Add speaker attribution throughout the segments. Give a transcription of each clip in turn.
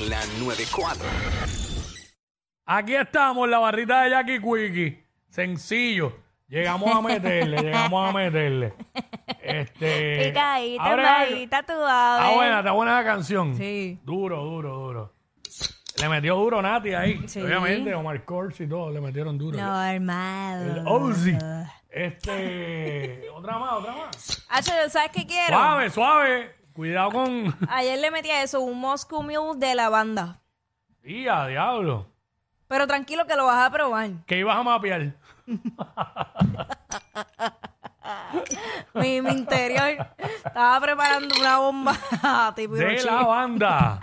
Speaker 1: la 94.
Speaker 2: Aquí estamos, la barrita de Jackie Quickie. Sencillo. Llegamos a meterle, llegamos a meterle. Este.
Speaker 3: Picadita,
Speaker 2: abre la-
Speaker 3: amadita, tú
Speaker 2: Está
Speaker 3: sabes.
Speaker 2: buena, está buena la canción.
Speaker 3: Sí.
Speaker 2: Duro, duro, duro. Le metió duro Nati ahí.
Speaker 3: Sí.
Speaker 2: Obviamente, Omar Kors y todo le metieron duro. El
Speaker 3: Normal.
Speaker 2: Ozzy. Este. otra más, otra más.
Speaker 3: Hacho, Ah, ¿sabes qué quiero?
Speaker 2: Suave, suave. Cuidado con.
Speaker 3: Ayer le metí a eso un Moscow Mule de la banda.
Speaker 2: Día, diablo.
Speaker 3: Pero tranquilo que lo vas a probar.
Speaker 2: Que ibas a mapear.
Speaker 3: Mi, mi interior estaba preparando una bomba tipo
Speaker 2: de la
Speaker 3: Hiroshima.
Speaker 2: banda.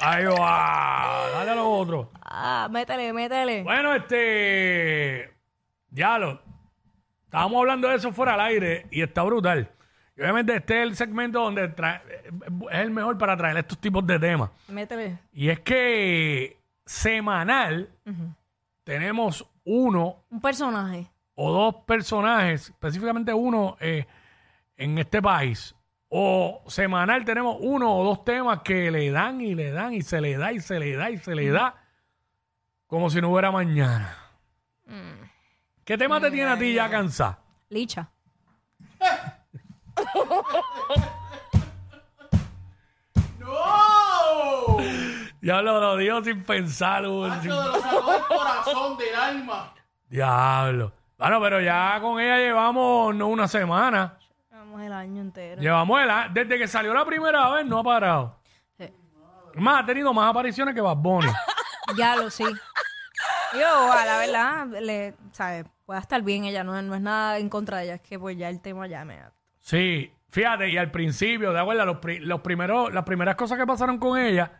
Speaker 2: Ahí va. Dale a los otros.
Speaker 3: Ah, métele, métele.
Speaker 2: Bueno, este. Diablo. Estábamos hablando de eso fuera al aire y está brutal. Y obviamente, este es el segmento donde tra- es el mejor para traer estos tipos de temas.
Speaker 3: Métele.
Speaker 2: Y es que semanal tenemos uno
Speaker 3: Un personaje.
Speaker 2: o dos personajes, específicamente uno eh, en este país, o semanal tenemos uno o dos temas que le dan y le dan y se le da y se le da y se le da, como si no hubiera mañana. ¿Qué tema te tiene a ti ya cansado?
Speaker 3: Licha.
Speaker 4: ¡No!
Speaker 2: Diablo, lo digo sin pensar. un- sin-
Speaker 4: Macho, lo sacó del corazón, del alma.
Speaker 2: Diablo. Bueno, pero ya con ella llevamos no una semana.
Speaker 3: Llevamos el año entero.
Speaker 2: Llevamos el a- desde que salió la primera vez no ha parado.
Speaker 3: Sí.
Speaker 2: Más, ha tenido más apariciones que Bad Bunny.
Speaker 3: Ya lo sí. Yo, a la verdad, le, ¿sabes? Pueda estar bien ella, no, no es nada en contra de ella, es que pues ya el tema ya me...
Speaker 2: Sí, fíjate, y al principio, ¿te acuerdas? Los, pri- los primeros, las primeras cosas que pasaron con ella,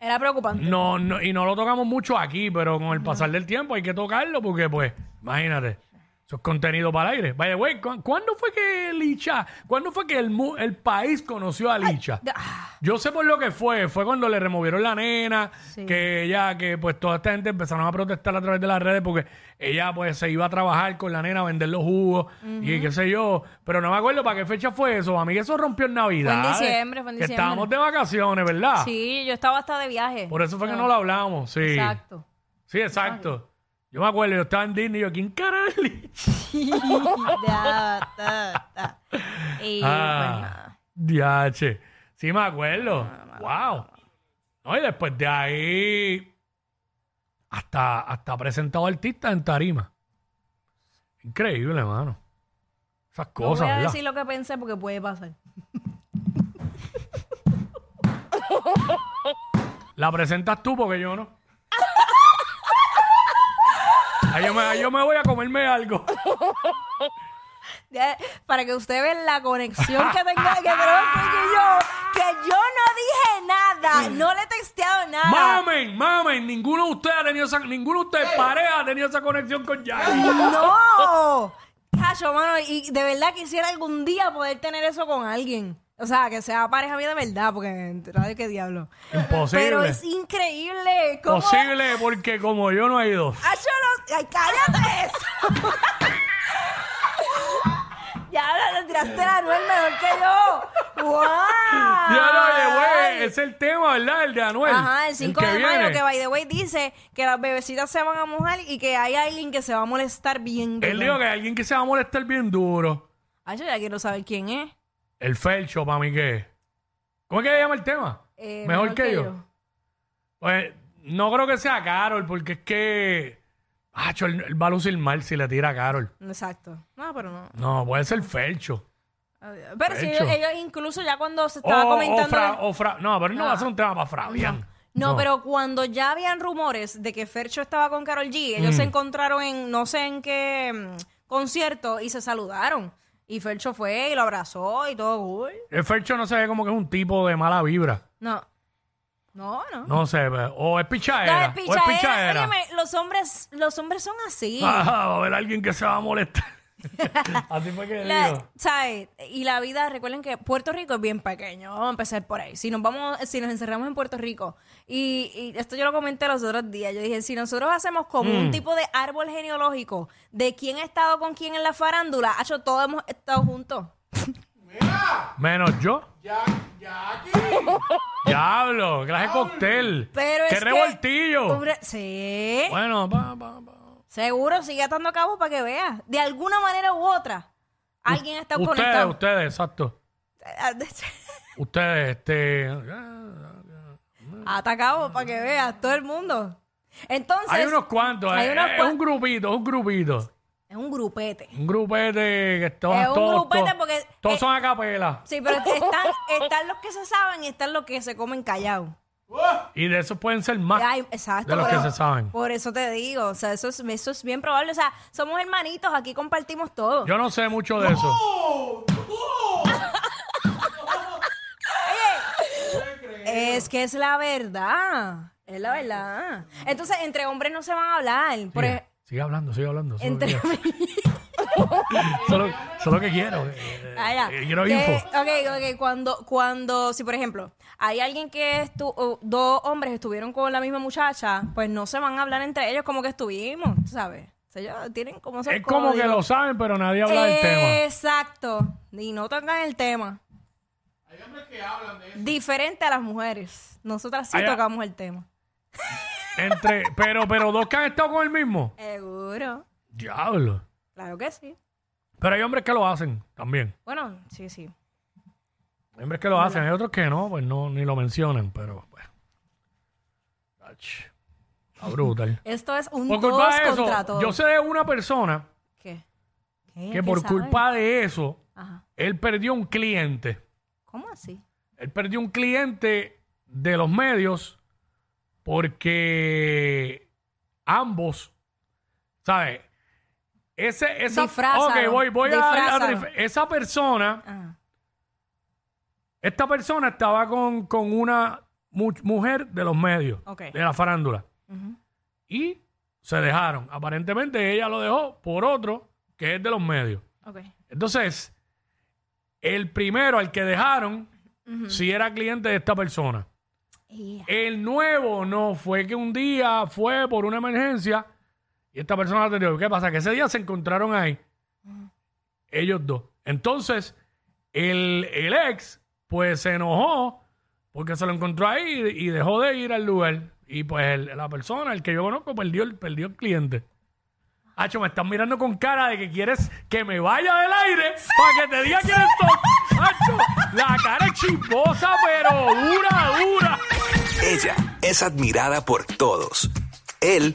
Speaker 3: Era preocupante.
Speaker 2: no, no, y no lo tocamos mucho aquí, pero con el pasar del tiempo hay que tocarlo porque, pues, imagínate, eso es contenido para el aire. Vaya, güey, ¿cu- ¿cuándo fue que Licha, cuándo fue que el, mu- el país conoció a Licha?
Speaker 3: Ah,
Speaker 2: Yo sé por lo que fue, fue cuando le removieron la nena,
Speaker 3: Sí.
Speaker 2: que ella, que pues toda esta gente empezaron a protestar a través de las redes porque ella pues se iba a trabajar con la nena a vender los jugos y qué sé yo, pero no me acuerdo para qué fecha fue eso, a mí eso rompió en Navidad.
Speaker 3: diciembre, fue en diciembre.
Speaker 2: Estábamos de vacaciones, ¿verdad?
Speaker 3: Sí, yo estaba hasta de viaje.
Speaker 2: Por eso fue que no lo hablamos, sí.
Speaker 3: Exacto.
Speaker 2: Sí, exacto. Yo me acuerdo, yo estaba en Disney y yo, ¿quién carajo?
Speaker 3: Ya, ta, ta. Y pues
Speaker 2: Ah,
Speaker 3: nada.
Speaker 2: diache. Sí, me acuerdo. wow. No, y después de ahí, hasta, hasta ha presentado artistas en tarima. Increíble, hermano. Esas
Speaker 3: No
Speaker 2: cosas,
Speaker 3: voy a
Speaker 2: ¿verdad?
Speaker 3: decir lo que pensé porque puede pasar.
Speaker 2: La presentas tú porque yo no. Ahí yo, me, ahí yo me voy a comerme algo.
Speaker 3: Ya, Para que usted vean la conexión que tengo que tenemos Quique y yo, que yo no dije nada, no le he texteado nada.
Speaker 2: ¡Mamen! ¡Mamen! Ninguno de ustedes ha tenido esa, ninguno de ustedes pareja ha tenido esa conexión con Jackie.
Speaker 3: ¡No! Cacho, mano, y de verdad quisiera algún día poder tener eso con alguien. O sea, que sea pareja mía de verdad, porque entre de qué diablo.
Speaker 2: Imposible.
Speaker 3: Pero es increíble. ¿Cómo?
Speaker 2: Posible porque como yo no hay dos.
Speaker 3: Hacho, Ah, no- ¡Ay, cállate eso! ya lo le tiraste la nuez mejor que yo. ¡Wow!
Speaker 2: Ya lo llevé, es el tema, ¿verdad? El de Anuel.
Speaker 3: Ajá, el 5
Speaker 2: que
Speaker 3: de mayo,
Speaker 2: viene.
Speaker 3: que by the way dice que las bebecitas se van a mojar y que hay alguien que se va a molestar bien.
Speaker 2: Él
Speaker 3: duro.
Speaker 2: dijo que hay alguien que se va a molestar bien duro.
Speaker 3: Ay, yo ya quiero saber quién es.
Speaker 2: El Felcho, para mí que. es. ¿Cómo es que se llama el tema?
Speaker 3: Eh,
Speaker 2: mejor, que, yo. Pues no creo que sea Carol, porque es que. Ah, cho, él, él va a lucir mal si le tira a Carol.
Speaker 3: Exacto. No, pero no.
Speaker 2: No, puede ser Felcho.
Speaker 3: Adiós. Pero si
Speaker 2: Hecho. Oh,
Speaker 3: ellos, ellos incluso ya cuando se
Speaker 2: O,
Speaker 3: estaba
Speaker 2: o
Speaker 3: comentando...
Speaker 2: Fra- o Fra- no, pero él no
Speaker 3: No.
Speaker 2: va a ser un tema para Fabián.
Speaker 3: No, pero cuando ya habían rumores de que Fercho estaba con Carol G, ellos se encontraron en no sé en qué mm, concierto y se saludaron. Y Fercho fue y lo abrazó y todo. cool.
Speaker 2: El Felcho no se ve como que es un tipo de mala vibra.
Speaker 3: No. No, no.
Speaker 2: No sé, pero- o es
Speaker 3: No,
Speaker 2: pichadera.
Speaker 3: es
Speaker 2: O es
Speaker 3: pichadera.
Speaker 2: pichadera.
Speaker 3: Óyeme, los hombres, los hombres son así.
Speaker 2: Ajá, Ah, va a haber alguien que se va a molestar. Así fue que
Speaker 3: La-
Speaker 2: digo.
Speaker 3: ¿sabes? Y la vida, recuerden que Puerto Rico es bien pequeño, vamos a empezar por ahí. Si nos vamos, si nos encerramos en Puerto Rico, y, y esto yo lo comenté los otros días, yo dije, si nosotros hacemos como
Speaker 2: Mm.
Speaker 3: un tipo de árbol genealógico de quién ha estado con quién en la farándula, hecho todos hemos estado juntos.
Speaker 4: Mira,
Speaker 2: Menos yo.
Speaker 4: ya, Jackie.
Speaker 2: Diablo, gracias cóctel.
Speaker 3: Pero
Speaker 2: Qué
Speaker 3: es que-
Speaker 2: revoltillo.
Speaker 3: Hombre, sí.
Speaker 2: Bueno, pa, pa, pa.
Speaker 3: Seguro, sigue atando cabos para que veas. De alguna manera u otra, alguien está
Speaker 2: ustedes,
Speaker 3: conectado.
Speaker 2: ustedes, exacto. Ustedes, este.
Speaker 3: Ata cabos para que veas, todo el mundo. Entonces,
Speaker 2: Hay unos cuantos,
Speaker 3: hay
Speaker 2: eh,
Speaker 3: unos
Speaker 2: eh,
Speaker 3: cuan-
Speaker 2: un grupito, un grupito.
Speaker 3: es un grupete.
Speaker 2: Un grupete que todos,
Speaker 3: Es un
Speaker 2: todos,
Speaker 3: grupete
Speaker 2: todos-
Speaker 3: porque-
Speaker 2: todos
Speaker 3: eh,
Speaker 2: son a capela.
Speaker 3: Sí, pero están, están los que se saben y están los que se comen callados.
Speaker 4: Uh,
Speaker 2: Y de esos pueden ser más.
Speaker 3: Ay, exacto.
Speaker 2: Ah, de los
Speaker 3: por
Speaker 2: que
Speaker 3: eso-
Speaker 2: se saben.
Speaker 3: Por eso te digo, o sea, eso es, eso es bien probable. O sea, somos hermanitos, aquí compartimos todo.
Speaker 2: Yo no sé mucho de eso.
Speaker 4: uh, uh.
Speaker 3: Es que es la verdad, es la verdad. Entonces, entre hombres no se van a hablar. Por
Speaker 2: Sigue,
Speaker 3: ej-
Speaker 2: sigue hablando, sigue hablando. Eso es lo que
Speaker 3: entre...
Speaker 2: quiero. Eso es lo- eso es lo que quiero. eh, eh,
Speaker 3: Ah, ya.
Speaker 2: eh, quiero
Speaker 3: Que-
Speaker 2: info.
Speaker 3: ok, ok. Cuando, cuando, si por ejemplo, hay alguien que estu- o dos hombres estuvieron con la misma muchacha, pues no se van a hablar entre ellos como que estuvimos, tú ¿sabes? O sea, ellos tienen como esos
Speaker 2: Es como que
Speaker 3: códigos.
Speaker 2: lo saben, pero nadie habla del
Speaker 3: Eh.
Speaker 2: tema.
Speaker 3: Exacto. Y no tocan el tema.
Speaker 4: Hay hombres que hablan de eso.
Speaker 3: Diferente a las mujeres. Nosotras sí
Speaker 2: Allá.
Speaker 3: tocamos el tema.
Speaker 2: Entre, pero, pero dos que han estado con el mismo.
Speaker 3: Seguro.
Speaker 2: Diablo.
Speaker 3: Claro que sí.
Speaker 2: Pero hay hombres que lo hacen también.
Speaker 3: Bueno, sí, sí.
Speaker 2: Hay hombres que lo hacen, hay otros que no, pues no, ni lo mencionan, pero bueno. Ach, Está brutal.
Speaker 3: Esto es un
Speaker 2: Por
Speaker 3: todos
Speaker 2: culpa de eso,
Speaker 3: contra todos.
Speaker 2: yo sé de una persona
Speaker 3: ¿Qué? ¿Qué?
Speaker 2: que
Speaker 3: ¿Qué
Speaker 2: por
Speaker 3: sabe?
Speaker 2: culpa de eso,
Speaker 3: Ajá.
Speaker 2: él perdió un cliente.
Speaker 3: ¿Cómo así?
Speaker 2: Él perdió un cliente de los medios porque ambos, ¿sabes? Ese, esa,
Speaker 3: Disfrázalo,
Speaker 2: ok, voy, voy a- a,
Speaker 3: disfrázalo.
Speaker 2: ref- esa persona,
Speaker 3: Ajá.
Speaker 2: esta persona estaba con, con una mu- mujer de los medios,
Speaker 3: Ok.
Speaker 2: de la farándula,
Speaker 3: Ujú.
Speaker 2: y se dejaron. Aparentemente ella lo dejó por otro que es de los medios.
Speaker 3: Ok.
Speaker 2: Entonces, el primero al que dejaron,
Speaker 3: Ujú.
Speaker 2: si era cliente de esta persona.
Speaker 3: Yeah.
Speaker 2: El nuevo no, fue que un día fue por una emergencia y esta persona anterior, ¿qué pasa? Que ese día se encontraron ahí, ellos dos. Entonces, el, el ex, pues se enojó porque se lo encontró ahí y dejó de ir al lugar. Y pues el- la persona, el que yo conozco, perdió el, perdió el cliente. Hacho, me estás mirando con cara de que quieres que me vaya del aire para que te diga quién estoy. Hacho, la cara es chismosa, pero dura, dura.
Speaker 1: Ella es admirada por todos. Él,